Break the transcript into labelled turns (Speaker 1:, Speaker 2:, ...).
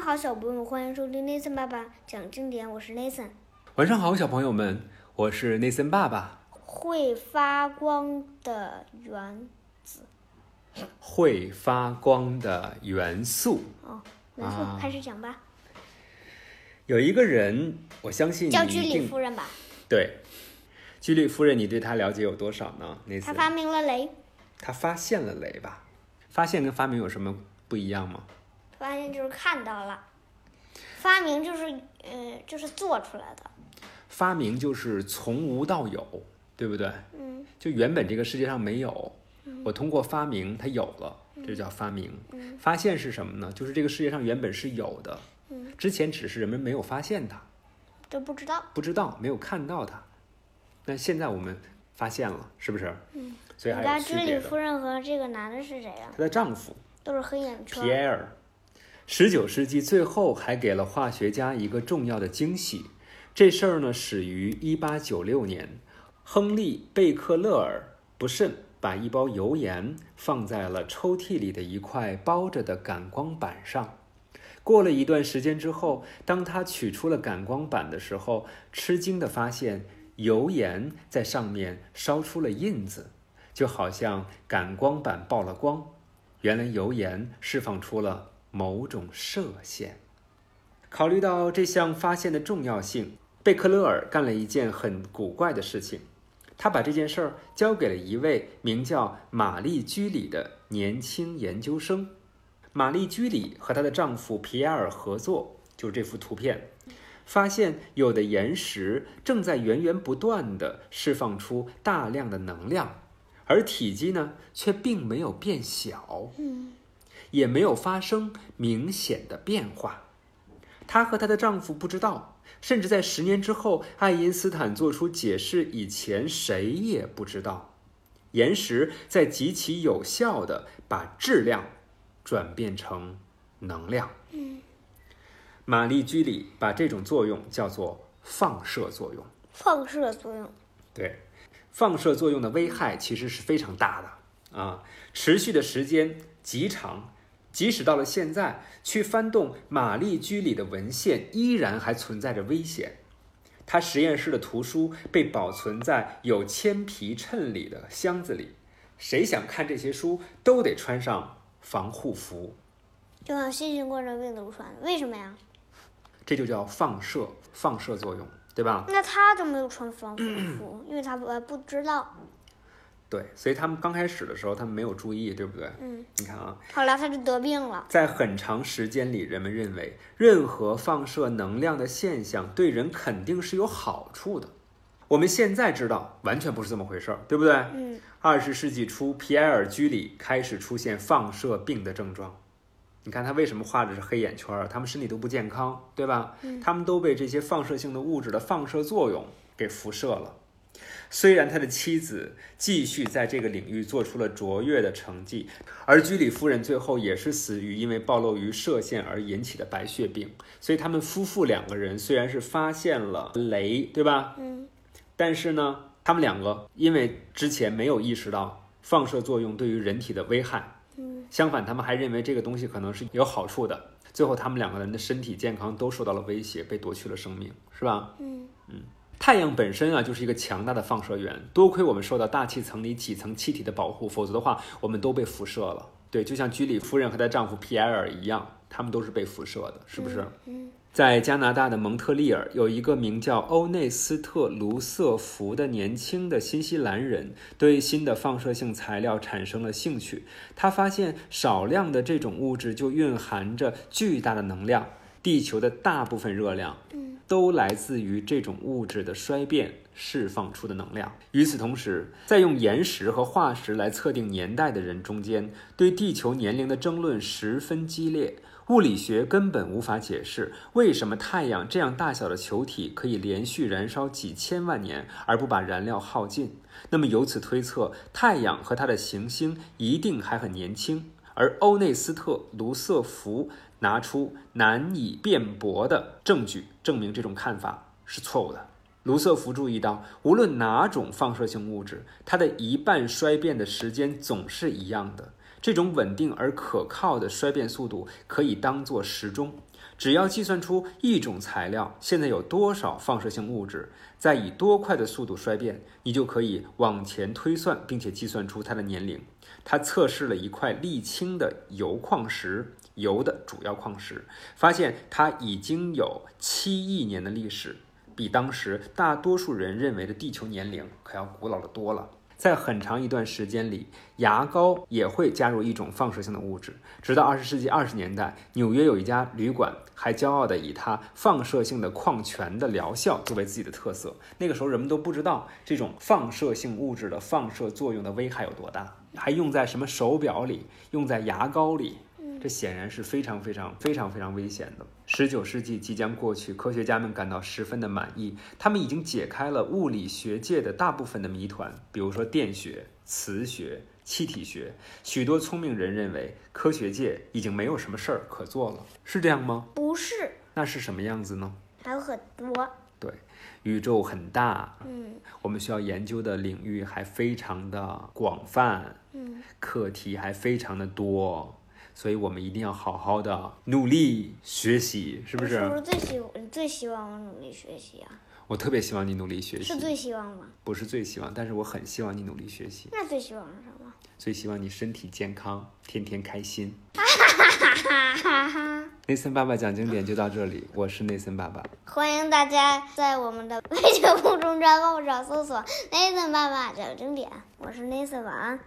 Speaker 1: 好，小朋友们，欢迎收听 Nathan 爸爸讲经典，我是 Nathan。
Speaker 2: 晚上好，小朋友们，我是内森爸爸。
Speaker 1: 会发光的原
Speaker 2: 会发光的元素，
Speaker 1: 哦，没错，
Speaker 2: 啊
Speaker 1: 开始讲吧。
Speaker 2: 有一个人，我相信
Speaker 1: 叫
Speaker 2: 你
Speaker 1: 居
Speaker 2: 一
Speaker 1: 里
Speaker 2: 定
Speaker 1: 夫人吧，
Speaker 2: 对。居里夫人，你对她了解有多少呢？内
Speaker 1: 她
Speaker 2: 森，
Speaker 1: 发明了雷，
Speaker 2: 她发现了雷吧？发现跟发明有什么不一样吗？
Speaker 1: 发现就是看到了，发明就是呃就是做出来的。
Speaker 2: 发明就是从无到有，对不对？
Speaker 1: 嗯，
Speaker 2: 就原本这个世界上没有，我通过发明它有了，
Speaker 1: 嗯
Speaker 2: 这就叫发明。发现是什么呢？就是这个世界上原本是有的，
Speaker 1: 嗯
Speaker 2: 之前只是人们没有发现它，
Speaker 1: 都不知道，
Speaker 2: 不知道，没有看到它。那现在我们发现了，是不是？嗯。所
Speaker 1: 你
Speaker 2: 以
Speaker 1: 看
Speaker 2: 还有区
Speaker 1: 居里
Speaker 2: 别
Speaker 1: 夫
Speaker 2: 的。
Speaker 1: 人和这个男的是谁呀、
Speaker 2: 她的丈夫
Speaker 1: 都是黑眼
Speaker 2: 皮
Speaker 1: 圈。
Speaker 2: 埃尔，十九世纪最后还给了化学家一个重要的惊喜。这事儿呢，始于一八九六年，亨利·贝克勒尔不慎把一包油盐放在了抽屉里的一块包着的感光板上。过了一段时间之后，当他取出了感光板的时候，吃惊地发现油盐在上面烧出了印子，就好像感光板爆了光。原来油盐释放出了某种射线。考虑到这项发现的重要性，贝克勒尔干了一件很古怪的事情，他把这件事儿交给了一位名叫玛丽·居里的年轻研究生。玛丽·居里和她的丈夫皮埃尔合作，就是这幅图片，发现有的岩石正在源源不断地释放出大量的能量，而体积呢却并没有变小。
Speaker 1: 嗯，
Speaker 2: 也没有发生明显的变化。她和她的丈夫不知道，甚至在十年之后，爱因斯坦做出解释以前，谁也不知道。岩石在极其有效地把质量转变成能量。嗯，玛丽居里把这种作用叫做放射作用。
Speaker 1: 放射作用，
Speaker 2: 对，放射作用的危害其实是非常大的啊，持续的时间极长，即使到了现在，去翻动玛丽居里的文献，依然还存在着危险。他实验室的图书被保存在有铅皮衬里的箱子里，谁想看这些书都得穿上防护服。
Speaker 1: 就像新型冠状病毒传的，为什么呀？
Speaker 2: 这就叫放射放射作用，对吧？
Speaker 1: 那他就没有穿防护服，因为他不呃不知道。
Speaker 2: 对，所以他们刚开始的时候，他们没有注意，对不对？
Speaker 1: 嗯，
Speaker 2: 你看啊，
Speaker 1: 后来他就得病了。
Speaker 2: 在很长时间里，人们认为任何放射能量的现象对人肯定是有好处的。我们现在知道完全不是这么回事儿，对不对？
Speaker 1: 嗯，
Speaker 2: 二十世纪初，皮埃尔居里开始出现放射病的症状。你看他为什么画的是黑眼圈儿？他们身体都不健康，对吧？
Speaker 1: 嗯
Speaker 2: 他们都被这些放射性的物质的放射作用给辐射了。虽然他的妻子继续在这个领域做出了卓越的成绩，而居里夫人最后也是死于因为暴露于射线而引起的白血病。所以他们夫妇两个人虽然是发现了雷，对吧？
Speaker 1: 嗯，
Speaker 2: 但是呢，他们两个因为之前没有意识到放射作用对于人体的危害，
Speaker 1: 嗯，
Speaker 2: 相反，他们还认为这个东西可能是有好处的。最后，他们两个人的身体健康都受到了威胁，被夺去了生命，是吧？
Speaker 1: 嗯
Speaker 2: 太阳本身啊，就是一个强大的放射源。多亏我们受到大气层里几层气体的保护，否则的话，我们都被辐射了。对，就像居里夫人和她丈夫皮埃尔一样，他们都是被辐射的，是不是？
Speaker 1: 嗯，
Speaker 2: 在加拿大的蒙特利尔，有一个名叫欧内斯特·卢瑟福的年轻的新西兰人，对新的放射性材料产生了兴趣。他发现少量的这种物质就蕴含着巨大的能量，地球的大部分热量
Speaker 1: 嗯，
Speaker 2: 都来自于这种物质的衰变释放出的能量。与此同时，在用岩石和化石来测定年代的人中间，对地球年龄的争论十分激烈。物理学根本无法解释为什么太阳这样大小的球体可以连续燃烧几千万年而不把燃料耗尽。那么由此推测，太阳和它的行星一定还很年轻。而欧内斯特·卢瑟福拿出难以辩驳的证据，证明这种看法是错误的。卢瑟福注意到，无论哪种放射性物质，它的一半衰变的时间总是一样的，这种稳定而可靠的衰变速度可以当做时钟，只要计算出一种材料现在有多少放射性物质，再以多快的速度衰变，你就可以往前推算，并且计算出它的年龄。他测试了一块沥青的铀矿石，铀的主要矿石，发现它已经有七亿年的历史，比当时大多数人认为的地球年龄可要古老的多了。在很长一段时间里，牙膏也会加入一种放射性的物质。直到二十世纪二十年代，纽约有一家旅馆还骄傲地以它放射性的矿泉的疗效作为自己的特色。那个时候，人们都不知道这种放射性物质的放射作用的危害有多大，还用在什么手表里，用在牙膏里。这显然是非常非常非常非常危险的。十九世纪即将过去，科学家们感到十分的满意，他们已经解开了物理学界的大部分的谜团，比如说电学、磁学、气体学。许多聪明人认为，科学界已经没有什么事儿可做了，是这样吗？
Speaker 1: 不是，
Speaker 2: 那是什么样子呢？
Speaker 1: 还有很多。
Speaker 2: 对，宇宙很大，
Speaker 1: 嗯
Speaker 2: 我们需要研究的领域还非常的广泛，
Speaker 1: 嗯，
Speaker 2: 课题还非常的多，所以我们一定要好好的努力学习，是不
Speaker 1: 我是不
Speaker 2: 是？
Speaker 1: 是最希你最希望我努力学习啊？
Speaker 2: 我特别希望你努力学习
Speaker 1: 是，最希望吗？
Speaker 2: 不是最希望，但是我很希望你努力学习，
Speaker 1: 那最希望是什么？
Speaker 2: 所以希望你身体健康，天天开心。
Speaker 1: 哈哈哈！
Speaker 2: 内森爸爸讲经典就到这里，我是内森爸爸，
Speaker 1: 欢迎大家在我们的微信公众账号上搜索 “Nathan 爸爸讲经典”，我是 Nathan，晚安。